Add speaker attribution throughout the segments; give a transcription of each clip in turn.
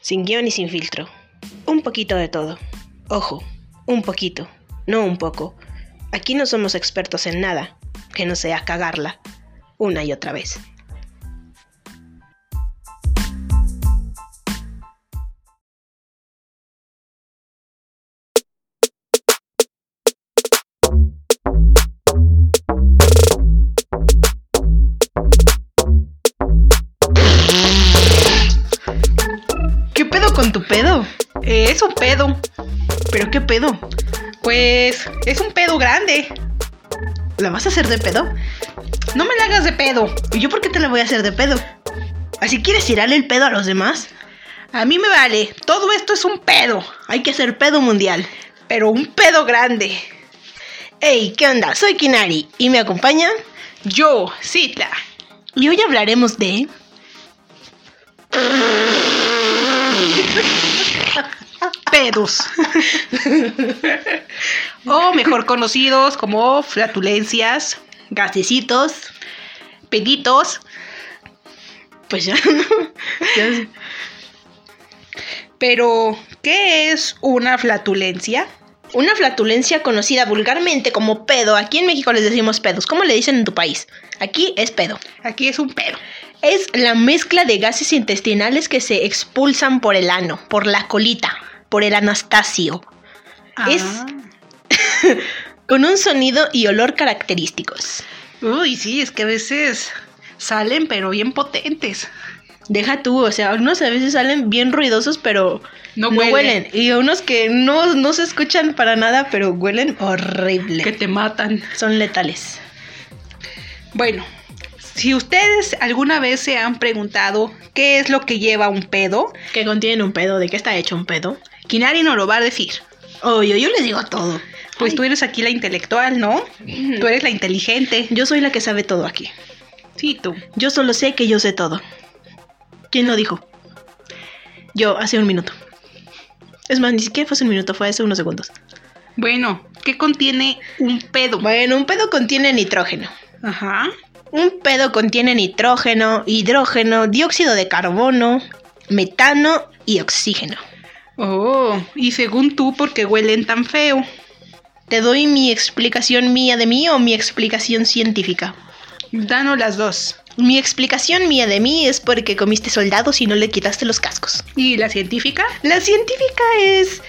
Speaker 1: sin guión y sin filtro. Un poquito de todo. Ojo, un poquito, no un poco. Aquí no somos expertos en nada, que no sea cagarla, una y otra vez.
Speaker 2: ¿Qué pedo con tu pedo?
Speaker 1: Eh, es un pedo.
Speaker 2: ¿Pero qué pedo?
Speaker 1: Pues es un pedo grande.
Speaker 2: ¿La vas a hacer de pedo?
Speaker 1: No me la hagas de pedo.
Speaker 2: ¿Y yo por qué te la voy a hacer de pedo? ¿Así quieres tirarle el pedo a los demás?
Speaker 1: A mí me vale. Todo esto es un pedo.
Speaker 2: Hay que hacer pedo mundial.
Speaker 1: Pero un pedo grande.
Speaker 2: Hey, ¿qué onda? Soy Kinari y me acompaña.
Speaker 1: Yo, cita.
Speaker 2: Y hoy hablaremos de.
Speaker 1: Pedos. o mejor conocidos como flatulencias,
Speaker 2: Gasecitos.
Speaker 1: peditos.
Speaker 2: Pues ya no. Ya-
Speaker 1: Pero, ¿qué es una flatulencia?
Speaker 2: Una flatulencia conocida vulgarmente como pedo. Aquí en México les decimos pedos. ¿Cómo le dicen en tu país? Aquí es pedo.
Speaker 1: Aquí es un pedo.
Speaker 2: Es la mezcla de gases intestinales que se expulsan por el ano, por la colita, por el anastasio,
Speaker 1: Es.
Speaker 2: con un sonido y olor característicos.
Speaker 1: Uy, sí, es que a veces salen, pero bien potentes.
Speaker 2: Deja tú, o sea, unos a veces salen bien ruidosos, pero
Speaker 1: No
Speaker 2: no,
Speaker 1: huelen.
Speaker 2: huelen. Y unos que no, no se escuchan para nada, pero huelen horrible.
Speaker 1: Que te matan.
Speaker 2: Son letales.
Speaker 1: Bueno, si ustedes alguna vez se han preguntado qué es lo que lleva un pedo,
Speaker 2: Que contienen un pedo. ¿De qué está hecho un pedo?
Speaker 1: Kinari no lo va a decir.
Speaker 2: Oh, yo, yo les digo todo.
Speaker 1: Pues tú eres aquí la intelectual, ¿no? Tú eres la inteligente.
Speaker 2: Yo soy la que sabe todo aquí.
Speaker 1: Sí, tú.
Speaker 2: Yo solo sé que yo sé todo. ¿Quién lo dijo? Yo, hace un minuto. Es más, ni siquiera fue hace un minuto, fue hace unos segundos.
Speaker 1: Bueno, ¿qué contiene un pedo?
Speaker 2: Bueno, un pedo contiene nitrógeno.
Speaker 1: Ajá.
Speaker 2: Un pedo contiene nitrógeno, hidrógeno, dióxido de carbono, metano y oxígeno.
Speaker 1: Oh, y según tú, ¿por qué huelen tan feo?
Speaker 2: ¿Te doy mi explicación mía de mí o mi explicación científica?
Speaker 1: Danos las dos.
Speaker 2: Mi explicación mía de mí es porque comiste soldados y no le quitaste los cascos.
Speaker 1: ¿Y la científica?
Speaker 2: La científica es,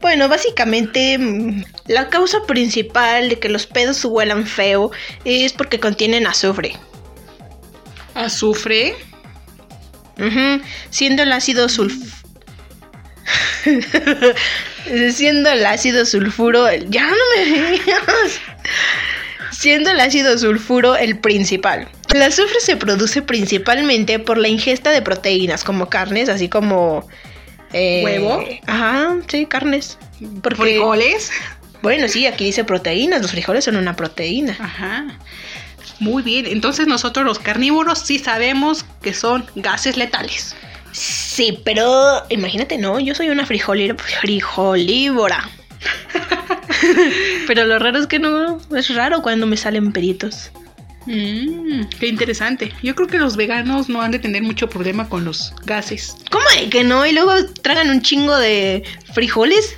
Speaker 2: bueno, básicamente mm, la causa principal de que los pedos huelan feo es porque contienen azufre,
Speaker 1: Azufre.
Speaker 2: Ujú, siendo el ácido sulf... siendo el ácido sulfuro, ya no me digas. Siendo el ácido sulfuro el principal. El azufre se produce principalmente por la ingesta de proteínas como carnes, así como... eh,
Speaker 1: ¿Huevo?
Speaker 2: Ajá, sí, carnes. Porque-
Speaker 1: Frijoles.
Speaker 2: Bueno, sí, aquí dice proteínas, los frijoles son una proteína.
Speaker 1: Ajá. Muy bien, entonces nosotros los carnívoros sí sabemos que son gases letales.
Speaker 2: Sí, pero imagínate, no, yo soy una frijolera, frijolívora. pero lo raro es que no, es raro cuando me salen peritos.
Speaker 1: Mmm, qué interesante. Yo creo que los veganos no han de tener mucho problema con los gases.
Speaker 2: ¿Cómo de que no? Y luego tragan un chingo de frijoles.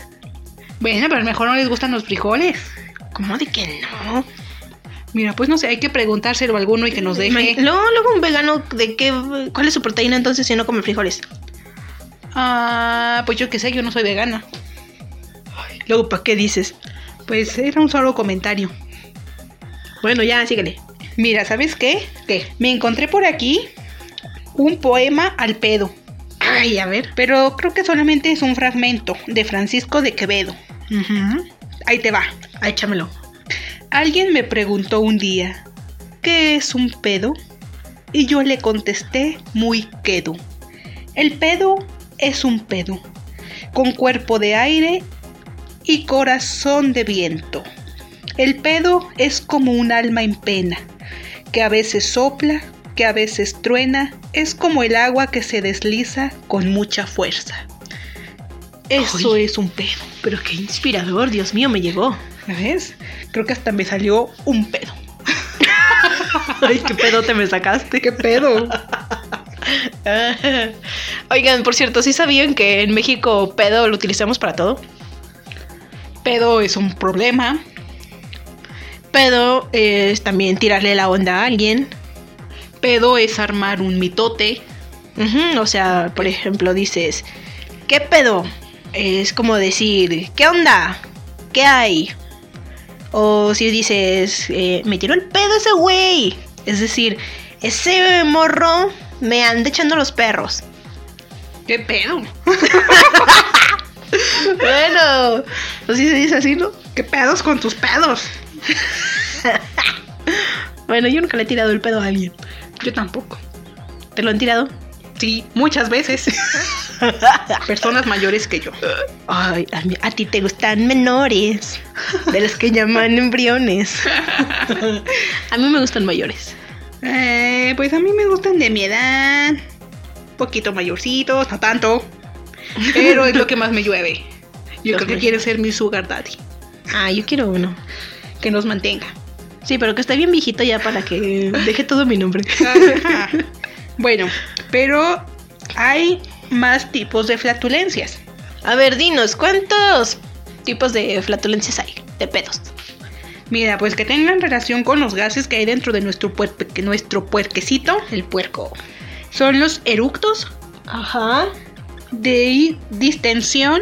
Speaker 1: Bueno, pero a lo mejor no les gustan los frijoles.
Speaker 2: ¿Cómo de que no?
Speaker 1: Mira, pues no sé, hay que preguntárselo a alguno y que nos
Speaker 2: Ima-
Speaker 1: deje.
Speaker 2: Luego, luego un vegano, ¿de qué? ¿Cuál es su proteína entonces si no come frijoles?
Speaker 1: Ah, pues yo qué sé, yo no soy vegana.
Speaker 2: Luego, ¿para qué dices?
Speaker 1: Pues era un solo comentario.
Speaker 2: Bueno, ya, síguele.
Speaker 1: Mira, ¿sabes qué? ¿Qué? Me encontré por aquí un poema al pedo.
Speaker 2: Ay, a ver.
Speaker 1: Pero creo que solamente es un fragmento de Francisco de Quevedo. Ahí te va.
Speaker 2: Ay, Ah, échamelo.
Speaker 1: Alguien me preguntó un día, ¿qué es un pedo? Y yo le contesté muy quedo. El pedo es un pedo, con cuerpo de aire y corazón de viento. El pedo es como un alma en pena, que a veces sopla, que a veces truena, es como el agua que se desliza con mucha fuerza. Eso
Speaker 2: Ay.
Speaker 1: es un pedo.
Speaker 2: Pero qué inspirador, Dios mío, me llegó.
Speaker 1: ¿Ya ves? Creo que hasta me salió un pedo.
Speaker 2: Ay, qué pedote me sacaste.
Speaker 1: ¿Qué pedo?
Speaker 2: Oigan, por cierto, ¿sí sabían que en México pedo lo utilizamos para todo?
Speaker 1: Pedo es un problema.
Speaker 2: Pedo es también tirarle la onda a alguien.
Speaker 1: Pedo es armar un mitote.
Speaker 2: Ujú, o sea, por ejemplo, dices, ¿qué pedo? Es como decir, ¿qué onda? ¿Qué hay? O si dices, eh, me tiró el pedo ese güey. Es decir, ese morro me anda echando los perros.
Speaker 1: ¿Qué pedo?
Speaker 2: bueno, así se dice así, ¿no?
Speaker 1: ¿Qué pedos con tus pedos?
Speaker 2: Bueno, yo nunca le he tirado el pedo a alguien.
Speaker 1: Yo tampoco.
Speaker 2: ¿Te lo han tirado?
Speaker 1: Sí, muchas veces. Personas mayores que yo.
Speaker 2: Ay, a, mí- a ti te gustan menores, de los que llaman embriones. a mí me gustan mayores.
Speaker 1: Eh, pues a mí me gustan de mi edad. Poquito mayorcitos, no tanto. Pero es lo que más me llueve. Yo
Speaker 2: Los
Speaker 1: creo que
Speaker 2: may-
Speaker 1: quiere ser mi sugar daddy.
Speaker 2: Ah, yo quiero uno.
Speaker 1: Que nos mantenga.
Speaker 2: Sí, pero que esté bien viejito ya para que deje todo mi nombre.
Speaker 1: Ajá. bueno, pero hay más tipos de flatulencias.
Speaker 2: a ver, dinos, ¿cuántos tipos de flatulencias hay? De pedos.
Speaker 1: Mira, pues que tengan relación con los gases que hay dentro de nuestro, puerpe- que nuestro puerquecito, el puerco. Son los eructos
Speaker 2: Ajá.
Speaker 1: de distensión,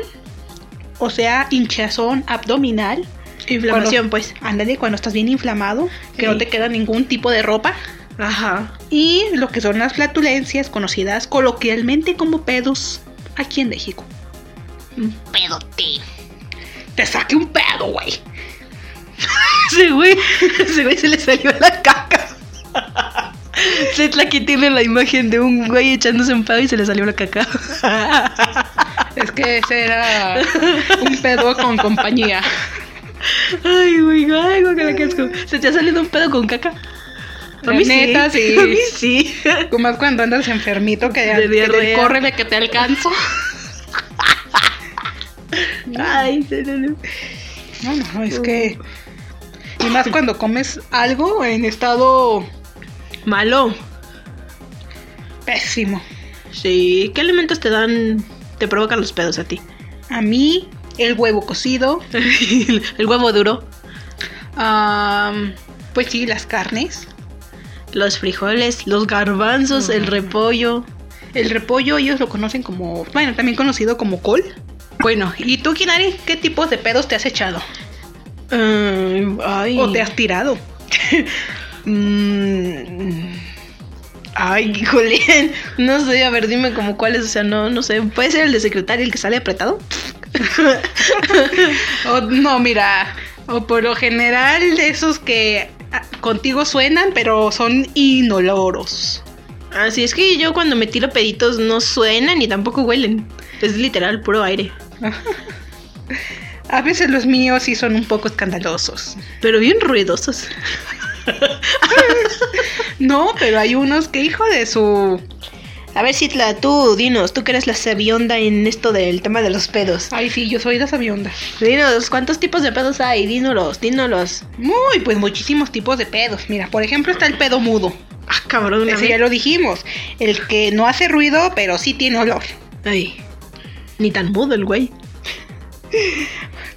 Speaker 1: o sea, hinchazón abdominal.
Speaker 2: Inflamación,
Speaker 1: Cuando-
Speaker 2: pues.
Speaker 1: Ándale, cuando estás bien inflamado, que no
Speaker 2: Sí.
Speaker 1: te queda ningún tipo de ropa.
Speaker 2: Ajá.
Speaker 1: Y lo que son las flatulencias, conocidas coloquialmente como pedos, aquí en México.
Speaker 2: Pedote.
Speaker 1: Te saqué un pedo, güey.
Speaker 2: Ese güey, ese güey se le salió la caca. Seth aquí tiene la imagen de un güey echándose un pedo y se le salió la caca.
Speaker 1: Es que ese era un pedo con compañía.
Speaker 2: Ay, güey, ay, güey, qué asco. ¿Se te ha salido un pedo con caca?
Speaker 1: La neta, sí.
Speaker 2: A mí sí.
Speaker 1: Como más cuando andas enfermito que,
Speaker 2: De
Speaker 1: que te
Speaker 2: diarrea.
Speaker 1: córrele que te alcanzo.
Speaker 2: Ay, no, no, no.
Speaker 1: No, no, es que. Y más cuando comes algo en estado
Speaker 2: Malo.
Speaker 1: pésimo.
Speaker 2: Sí. ¿Qué alimentos te dan, te provocan los pedos a ti?
Speaker 1: A mí, el huevo cocido.
Speaker 2: El huevo duro,
Speaker 1: am, pues sí, las carnes.
Speaker 2: los frijoles, los garbanzos, el repollo.
Speaker 1: El repollo, ellos lo conocen como. Bueno, también conocido como col. Bueno, ¿y tú, Kinari, qué tipos de pedos te has echado?
Speaker 2: Ay, ay.
Speaker 1: ¿O te has tirado?
Speaker 2: Mm. Ay, híjole. No sé, a ver, dime como cuáles, o sea, no, no sé. ¿Puede ser el de secretario el que sale apretado?
Speaker 1: O, no, mira. O por lo general, esos que ah, contigo suenan, pero son inoloros.
Speaker 2: Así es que yo cuando me tiro peditos no suenan y tampoco huelen. Es literal puro aire.
Speaker 1: A veces los míos sí son un poco escandalosos.
Speaker 2: Pero bien ruidosos.
Speaker 1: No, pero hay unos que hijo de su...
Speaker 2: A ver, Citla, tú dinos, tú que eres la sabionda en esto del tema de los pedos.
Speaker 1: Ay, sí, yo soy la sabionda.
Speaker 2: Dinos, ¿cuántos tipos de pedos hay? Dínoslos, dínoslos.
Speaker 1: Muy, pues muchísimos tipos de pedos. Mira, por ejemplo está el pedo mudo.
Speaker 2: Ah, cabrón, a
Speaker 1: Ese ya
Speaker 2: ver.
Speaker 1: lo dijimos. El que no hace ruido, pero sí tiene olor.
Speaker 2: Ay, ni tan mudo el güey.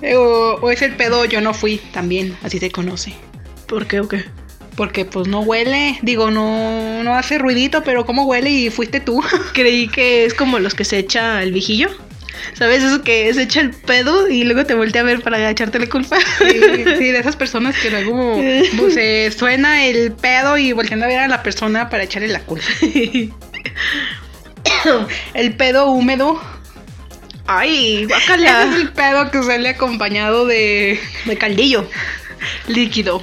Speaker 1: Eh, O, o es el pedo yo no fui también, así se conoce.
Speaker 2: ¿Por qué o qué?
Speaker 1: Porque pues no huele, digo, no, no hace ruidito, pero ¿cómo huele? Y fuiste tú.
Speaker 2: Creí que es como los que se echa el vigillo. ¿Sabes eso que se echa el pedo y luego te voltea a ver para echarte la culpa?
Speaker 1: Sí, sí, de esas personas que luego pues, eh, suena el pedo y volteando a ver a la persona para echarle la culpa. El pedo húmedo.
Speaker 2: Ay,
Speaker 1: Ese es
Speaker 2: guácala.
Speaker 1: el pedo que sale acompañado de
Speaker 2: De caldillo.
Speaker 1: líquido.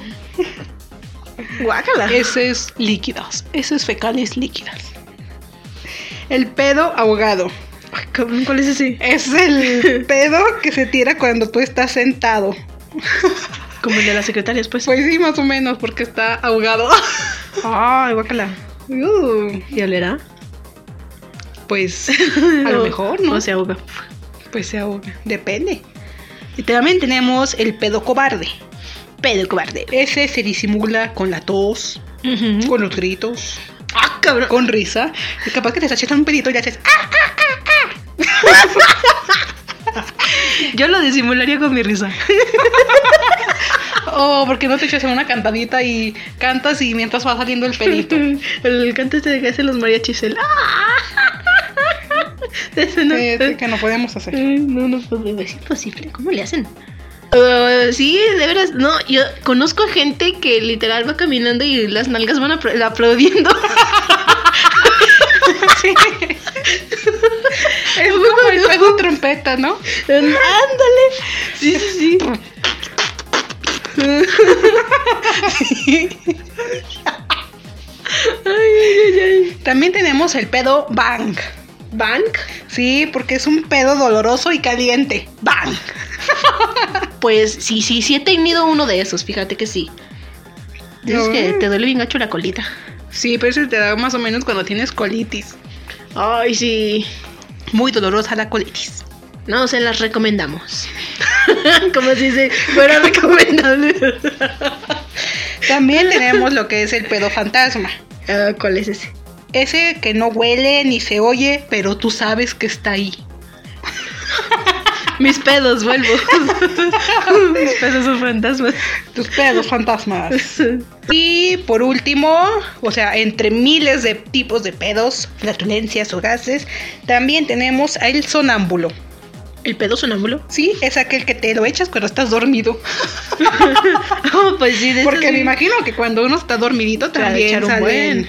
Speaker 2: Guácala.
Speaker 1: Ese es líquidas. Ese es fecales líquidas. El pedo ahogado.
Speaker 2: Ay, cabrón, ¿Cuál es ese?
Speaker 1: Es el pedo que se tira cuando tú estás sentado.
Speaker 2: Como el de las secretarias, pues.
Speaker 1: Pues sí, más o menos, porque está ahogado.
Speaker 2: Ay, guácala.
Speaker 1: Uh,
Speaker 2: ¿Y olerá?
Speaker 1: pues a lo mejor, ¿no?
Speaker 2: O se ahoga.
Speaker 1: Pues se ahoga. Depende. Y también tenemos el pedo cobarde.
Speaker 2: Pedo cobarde.
Speaker 1: Ese se disimula con la tos,
Speaker 2: Ujú.
Speaker 1: ¿Mm? con los gritos,
Speaker 2: Ah, cabrón.
Speaker 1: con risa. Y capaz que te estás echando un pedito y le haces ¡ah, ah,
Speaker 2: Yo lo disimularía con mi risa.
Speaker 1: Oh, porque no te echas en una cantadita y cantas y mientras va saliendo el pelito.
Speaker 2: El canto este de que hacen los mariachis. El... Ese no-
Speaker 1: Eh, que no podemos hacer.
Speaker 2: Eh, No, no puedo, es imposible. ¿Cómo le hacen? Uh, sí, de veras, no, yo conozco gente que literal va caminando y las nalgas van apl- aplaudiendo.
Speaker 1: Sí. Es como el juego trompeta, ¿no?
Speaker 2: Ándale. Sí, sí, sí. ay, ay, ay, ay.
Speaker 1: También tenemos el pedo bang.
Speaker 2: Bank,
Speaker 1: Sí, porque es un pedo doloroso y caliente. Bang.
Speaker 2: pues sí, sí, sí he tenido uno de esos, fíjate que sí. Dices
Speaker 1: No.
Speaker 2: que te duele bien gacho la colita.
Speaker 1: Sí, pero ese te da más o menos cuando tienes colitis.
Speaker 2: Ay, sí.
Speaker 1: Muy dolorosa la colitis.
Speaker 2: No, se las recomendamos. Como si se fuera recomendable.
Speaker 1: También tenemos lo que es el pedo fantasma.
Speaker 2: Ah, ¿Cuál es ese?
Speaker 1: Ese que no huele ni se oye, pero tú sabes que está ahí.
Speaker 2: Mis pedos, vuelvo. Mis pedos son fantasmas.
Speaker 1: Tus pedos fantasmas. Y por último, o sea, entre miles de tipos de pedos, flatulencias o gases, también tenemos a el sonámbulo.
Speaker 2: ¿El pedo sonámbulo?
Speaker 1: Sí, es aquel que te lo echas cuando estás dormido.
Speaker 2: Oh, pues sí, de
Speaker 1: Porque
Speaker 2: esos
Speaker 1: me
Speaker 2: sí.
Speaker 1: imagino que cuando uno está dormidito
Speaker 2: Para
Speaker 1: también
Speaker 2: echar un
Speaker 1: salen.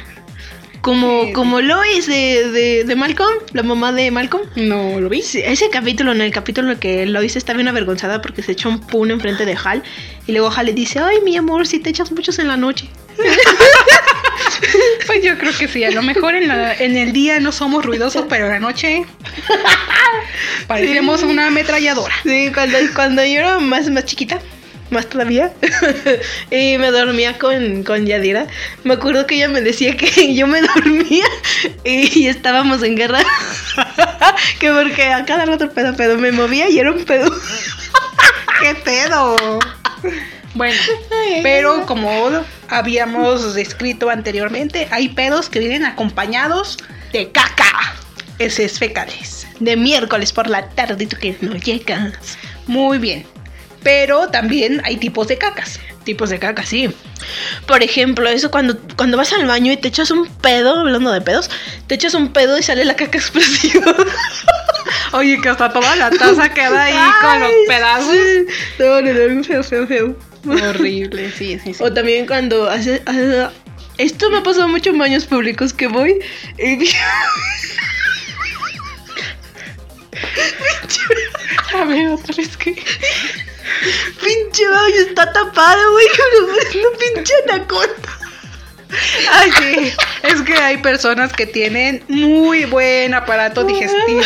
Speaker 2: Como,
Speaker 1: Sí.
Speaker 2: como Lois de, de, de Malcolm, la mamá de Malcolm.
Speaker 1: No, ¿lo viste?
Speaker 2: Sí, Ese capítulo, en el capítulo que Lois está bien avergonzada porque se echa un puno enfrente de Hal. Y luego Hal le dice: Ay, mi amor, si te echas muchos en la noche.
Speaker 1: Pues yo creo que sí, a lo mejor en, la- en el día no somos ruidosos, pero en la noche parecemos una ametralladora.
Speaker 2: Sí, cuando, cuando yo era más, más chiquita, más todavía, y me dormía con, con Yadira, me acuerdo que ella me decía que yo me dormía y, estábamos en guerra. que porque a cada rato pedo, pedo, me movía y era un pedo.
Speaker 1: ¡Qué pedo! Bueno, pero como habíamos descrito anteriormente, hay pedos que vienen acompañados
Speaker 2: de caca.
Speaker 1: heces fecales.
Speaker 2: De miércoles por la tarde, y tú que no llegas.
Speaker 1: Muy bien. Pero también hay tipos de cacas.
Speaker 2: Tipos de caca, sí. Por ejemplo, eso cuando, cuando vas al baño y te echas un pedo, hablando de pedos, te echas un pedo y sale la caca explosiva.
Speaker 1: Oye, que hasta toda la
Speaker 2: Ay, sí. No, no, no, feo, feo, feo.
Speaker 1: Horrible, sí, sí, sí.
Speaker 2: O también cuando haces. ah, Esto me ha pasado mucho en baños públicos que voy y.
Speaker 1: A ver, otra vez que.
Speaker 2: Pinche baño está tapado, güey, con una pinche anaconda.
Speaker 1: Ay, sí. Es que hay personas que tienen muy buen aparato digestivo.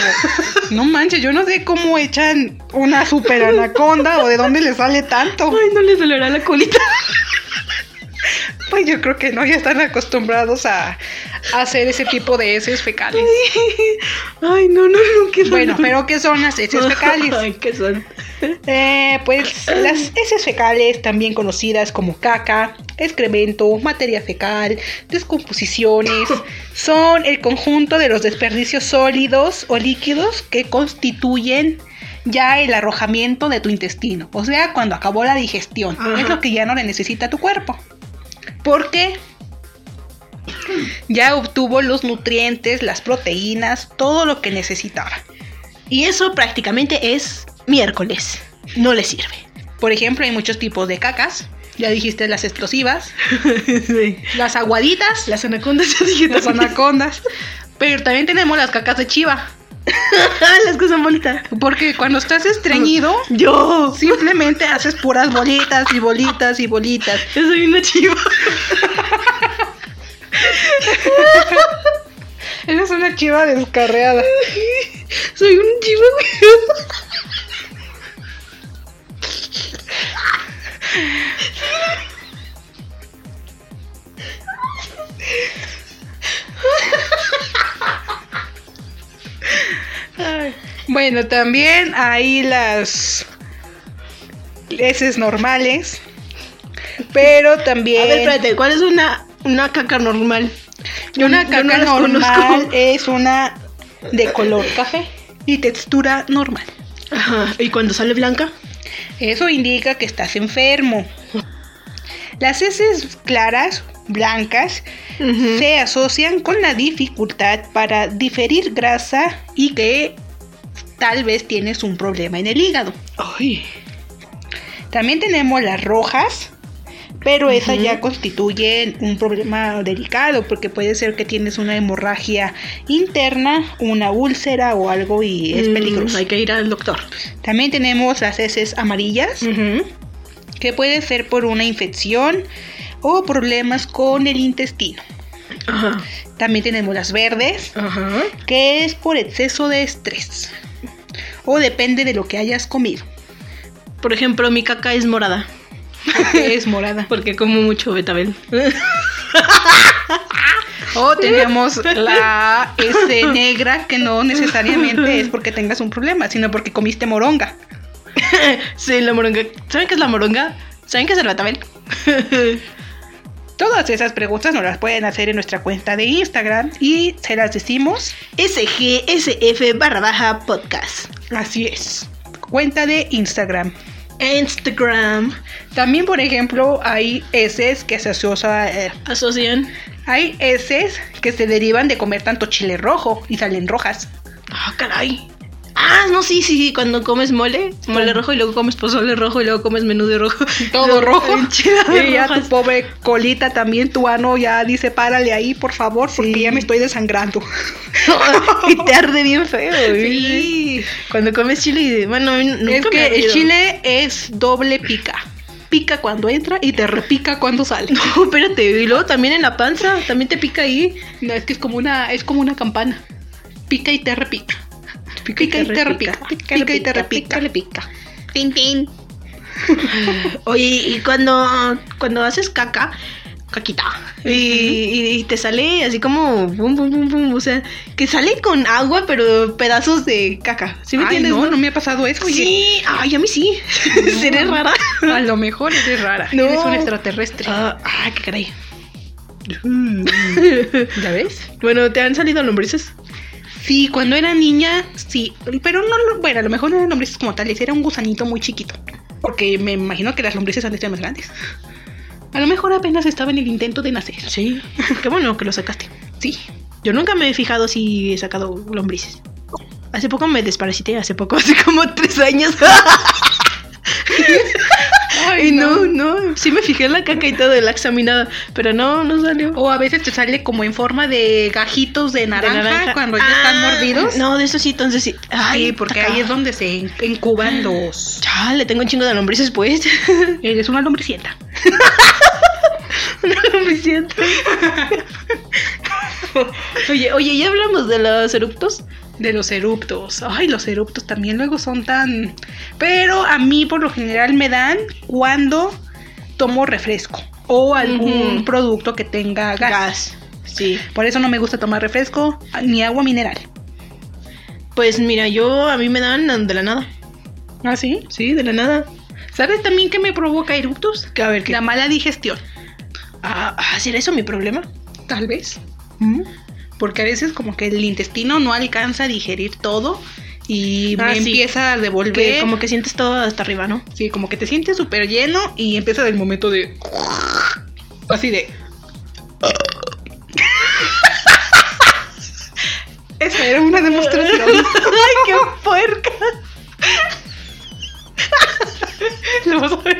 Speaker 1: No manches, yo no sé cómo echan una super anaconda o de dónde le sale tanto.
Speaker 2: Ay, no les dolerá la colita.
Speaker 1: Pues yo creo que no, ya están acostumbrados a, a hacer ese tipo de heces fecales.
Speaker 2: Ay, no, no, no, qué
Speaker 1: Bueno,
Speaker 2: dolor.
Speaker 1: pero ¿qué son las heces fecales?
Speaker 2: Ay, qué son.
Speaker 1: Eh, pues las heces fecales, también conocidas como caca, excremento, materia fecal, descomposiciones, son el conjunto de los desperdicios sólidos o líquidos que constituyen ya el arrojamiento de tu intestino. O sea, cuando acabó la digestión.
Speaker 2: Ajá.
Speaker 1: Es lo que ya no le necesita tu cuerpo. Porque ya obtuvo los nutrientes, las proteínas, todo lo que necesitaba.
Speaker 2: Y eso prácticamente es miércoles. No les sirve.
Speaker 1: Por ejemplo, hay muchos tipos de cacas. Ya dijiste las explosivas,
Speaker 2: sí.
Speaker 1: las aguaditas,
Speaker 2: Las anacondas ya dije
Speaker 1: las
Speaker 2: también.
Speaker 1: anacondas. Pero también tenemos las cacas de chiva.
Speaker 2: Las cosas bonitas.
Speaker 1: Porque cuando estás estreñido,
Speaker 2: Yo.
Speaker 1: simplemente haces puras bolitas y bolitas y bolitas.
Speaker 2: Yo soy una chiva.
Speaker 1: Eres una chiva descarreada.
Speaker 2: Soy un chiva, güey.
Speaker 1: Bueno, también hay las heces normales. Pero también...
Speaker 2: A ver, espérate, ¿cuál es una, una caca normal?
Speaker 1: Una
Speaker 2: Yo no
Speaker 1: caca
Speaker 2: las
Speaker 1: normal
Speaker 2: conozco.
Speaker 1: es una de color café. y textura normal.
Speaker 2: Ajá. ¿Y cuando sale blanca?
Speaker 1: Eso indica que estás enfermo. Las heces claras, blancas,
Speaker 2: Ujú.
Speaker 1: se asocian con la dificultad para diferir grasa y que tal vez tienes un problema en el hígado.
Speaker 2: Ay.
Speaker 1: También tenemos las rojas, pero esas
Speaker 2: Ujú.
Speaker 1: ya constituyen un problema delicado porque puede ser que tienes una hemorragia interna, una úlcera o algo y es
Speaker 2: Mm,
Speaker 1: peligroso.
Speaker 2: Hay que ir al doctor.
Speaker 1: También tenemos las heces amarillas,
Speaker 2: Mm.
Speaker 1: que puede ser por una infección o problemas con el intestino.
Speaker 2: Ajá.
Speaker 1: También tenemos las verdes,
Speaker 2: Ajá.
Speaker 1: que es por exceso de estrés o depende de lo que hayas comido.
Speaker 2: Por ejemplo, mi caca es morada.
Speaker 1: es morada.
Speaker 2: Porque como mucho betabel.
Speaker 1: O tenemos la S negra, que no necesariamente es porque tengas un problema, sino porque comiste moronga.
Speaker 2: sí, la moronga. ¿Saben qué es la moronga? ¿Saben qué es el betabel?
Speaker 1: Todas esas preguntas nos las pueden hacer en nuestra cuenta de Instagram y se las decimos.
Speaker 2: SGSF barra baja podcast.
Speaker 1: Así es. Cuenta de Instagram.
Speaker 2: Instagram.
Speaker 1: También, por ejemplo, hay heces que se asocia, eh,
Speaker 2: Asocian.
Speaker 1: hay heces que se derivan de comer tanto chile rojo y salen rojas.
Speaker 2: Ah, caray. Ah, no, sí, sí, sí. Cuando comes mole, mole rojo y luego comes pozole rojo y luego comes menudo rojo.
Speaker 1: Todo rojo. Y ya tu
Speaker 2: rojas.
Speaker 1: pobre colita también, tu ano ya dice párale ahí, por favor, porque
Speaker 2: Sí.
Speaker 1: ya me estoy desangrando.
Speaker 2: y te arde bien feo. güey.
Speaker 1: Sí.
Speaker 2: Cuando comes chile y bueno, a mí nunca
Speaker 1: es
Speaker 2: me
Speaker 1: que
Speaker 2: ha
Speaker 1: el
Speaker 2: ardido.
Speaker 1: chile es doble pica. Pica cuando entra y te repica cuando sale.
Speaker 2: No, espérate, y luego también en la panza, también te pica ahí.
Speaker 1: No, es que es como una, es como una campana. Pica y te repica. Pica y te repica.
Speaker 2: Pica y te repica.
Speaker 1: Pica y te repica. Tin, tin.
Speaker 2: Oye, y cuando, cuando haces caca, caquita, y, y- y te sale así como bum, bum, bum, bum, o sea, que sale con agua, pero pedazos de caca. ¿Sí me
Speaker 1: Ay,
Speaker 2: entiendes?
Speaker 1: no, no me ha pasado eso. oye.
Speaker 2: Pues Sí, ay, a mí sí. Seré rara.
Speaker 1: A lo mejor eres rara.
Speaker 2: No.
Speaker 1: Eres un extraterrestre. Mm,
Speaker 2: Ah, ah, qué caray.
Speaker 1: ¿Ya ves?
Speaker 2: bueno, ¿te han salido lombrices?
Speaker 1: Sí, cuando era niña, sí. Pero no, lo- bueno, a lo mejor no eran lombrices como tales, era un gusanito muy chiquito. Porque me imagino que las lombrices antes eran más grandes. A lo mejor apenas estaba en el intento de nacer.
Speaker 2: Sí. Qué bueno que lo sacaste.
Speaker 1: Sí.
Speaker 2: Yo nunca me he fijado si he sacado lombrices. Hace poco me desparasité, hace poco, hace como tres años. y no. no, sí me fijé en la caca y todo, la examinada, pero no, no salió.
Speaker 1: O a veces te sale como en forma de gajitos de
Speaker 2: De
Speaker 1: naranja,
Speaker 2: naranja.
Speaker 1: cuando ya
Speaker 2: Ah,
Speaker 1: están mordidos.
Speaker 2: No, de eso sí, entonces sí. Ay,
Speaker 1: Sí, porque ahí es donde se en- incuban los.
Speaker 2: le tengo un chingo de lombrices, pues.
Speaker 1: Eres una lombricienta.
Speaker 2: Una lombricienta. oye, oye, ya hablamos de los eructos.
Speaker 1: De los eruptos. Ay, los eruptos también luego son tan. Pero a mí por lo general me dan cuando tomo refresco o algún
Speaker 2: Ujú.
Speaker 1: producto que tenga gas.
Speaker 2: Sí.
Speaker 1: Por eso no me gusta tomar refresco ni agua mineral.
Speaker 2: Pues mira, yo a mí me dan de la nada.
Speaker 1: ¿Ah, sí?
Speaker 2: Sí, de la nada.
Speaker 1: ¿Sabes también qué me provoca eruptos?
Speaker 2: A ver,
Speaker 1: La mala digestión.
Speaker 2: Ah, ah, ¿será eso mi problema?
Speaker 1: Tal vez.
Speaker 2: ¿Mm?
Speaker 1: Porque a veces como que el intestino no alcanza a digerir todo y
Speaker 2: Ah,
Speaker 1: me
Speaker 2: sí.
Speaker 1: empieza a
Speaker 2: Que
Speaker 1: devolver.
Speaker 2: como que sientes todo hasta arriba, ¿no?
Speaker 1: Sí, como que te sientes súper lleno y empieza el momento de. Así de. Esa era una demostración.
Speaker 2: ¡Ay, qué puerca!
Speaker 1: Lo vas a ver.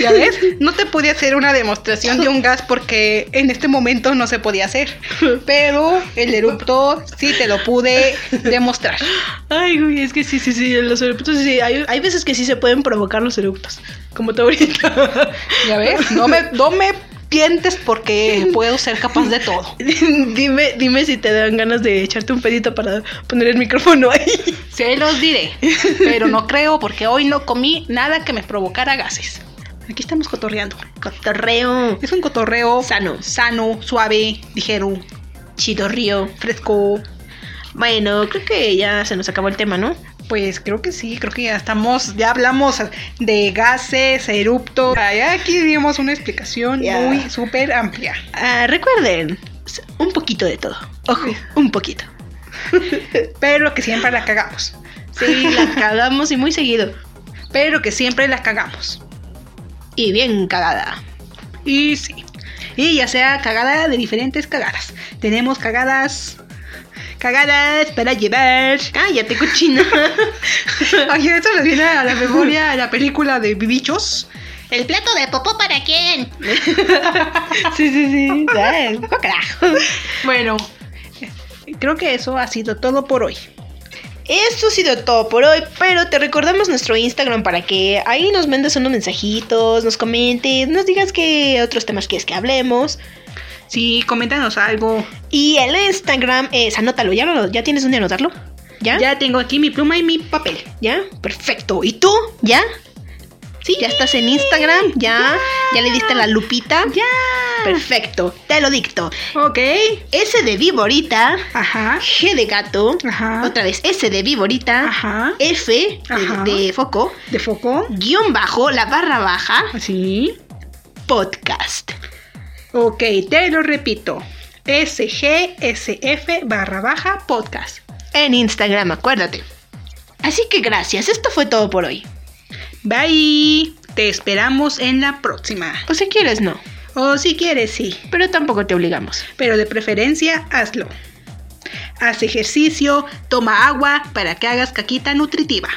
Speaker 1: ¿Ya ves? No te pude hacer una demostración de un gas porque en este momento no se podía hacer. Pero el erupto sí te lo pude demostrar.
Speaker 2: Ay, güey, es que sí, sí, sí, los eruptos, sí, hay, hay veces que sí se pueden provocar los eruptos, como tú ahorita.
Speaker 1: ¿Ya ves? No me, no me tientes porque puedo ser capaz de todo.
Speaker 2: dime, dime si te dan ganas de echarte un pedito para poner el micrófono ahí.
Speaker 1: Se los diré. Pero no creo porque hoy no comí nada que me provocara gases. Aquí estamos cotorreando.
Speaker 2: Cotorreo,
Speaker 1: Es un cotorreo
Speaker 2: Sano.
Speaker 1: sano, suave, ligero,
Speaker 2: chido río.
Speaker 1: fresco.
Speaker 2: Bueno, creo que ya se nos acabó el tema, ¿no?
Speaker 1: Pues creo que sí, creo que ya estamos, ya hablamos de gases, erupto. Ya aquí dimos una explicación
Speaker 2: Ya.
Speaker 1: muy súper amplia.
Speaker 2: Ah, recuerden, un poquito de todo. Ojo, un poquito.
Speaker 1: Pero que siempre la cagamos.
Speaker 2: Sí, la cagamos y muy seguido.
Speaker 1: Pero que siempre la cagamos.
Speaker 2: Y bien cagada.
Speaker 1: Y sí. Y ya sea cagada de diferentes cagadas. Tenemos cagadas. Cagadas para llevar.
Speaker 2: Cállate, cochina.
Speaker 1: Ay, esto les viene a la memoria la película de bichos.
Speaker 2: ¿El plato de popó para quién? sí, sí, sí. Ay, carajo.
Speaker 1: Bueno, creo que eso ha sido todo por hoy.
Speaker 2: Esto ha sido todo por hoy, pero te recordamos nuestro Instagram para que ahí nos mandes unos mensajitos, nos comentes, nos digas qué otros temas quieres que hablemos.
Speaker 1: Sí, coméntanos algo.
Speaker 2: Y el Instagram es, anótalo, ¿ya, lo- ya tienes donde anotarlo? ¿Ya?
Speaker 1: Ya tengo aquí mi pluma y mi papel.
Speaker 2: ¿Ya? Perfecto. ¿Y tú? ¿Ya?
Speaker 1: Sí.
Speaker 2: ¿Ya estás en Instagram? ¿Ya? ¿Ya le diste la lupita?
Speaker 1: Ya.
Speaker 2: Perfecto, te lo dicto.
Speaker 1: Ok.
Speaker 2: S de víborita,
Speaker 1: Ajá.
Speaker 2: G de gato,
Speaker 1: Ajá.
Speaker 2: otra vez S de víborita,
Speaker 1: Ajá.
Speaker 2: F de-
Speaker 1: Ajá.
Speaker 2: de foco,
Speaker 1: ¿De foco?
Speaker 2: guión bajo, la barra baja,
Speaker 1: Sí.
Speaker 2: podcast.
Speaker 1: Ok, te lo repito. SGSF barra baja podcast.
Speaker 2: En Instagram, acuérdate. Así que gracias, esto fue todo por hoy.
Speaker 1: Bye. Te esperamos en la próxima.
Speaker 2: O si quieres, no,
Speaker 1: O si quieres, sí.
Speaker 2: pero tampoco te obligamos.
Speaker 1: Pero de preferencia, hazlo. Haz ejercicio, toma agua para que hagas caquita nutritiva.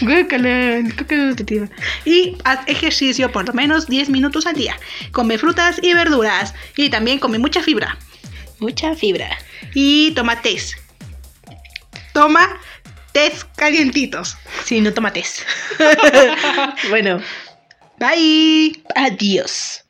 Speaker 2: Guácala, guácala nutritiva.
Speaker 1: Y haz ejercicio por lo menos 10 minutos al día. Come frutas y verduras. Y también come mucha fibra.
Speaker 2: Mucha fibra.
Speaker 1: Y toma tés. Toma tés calientitos.
Speaker 2: Sí, no tomates. bueno,
Speaker 1: Bye.
Speaker 2: adiós.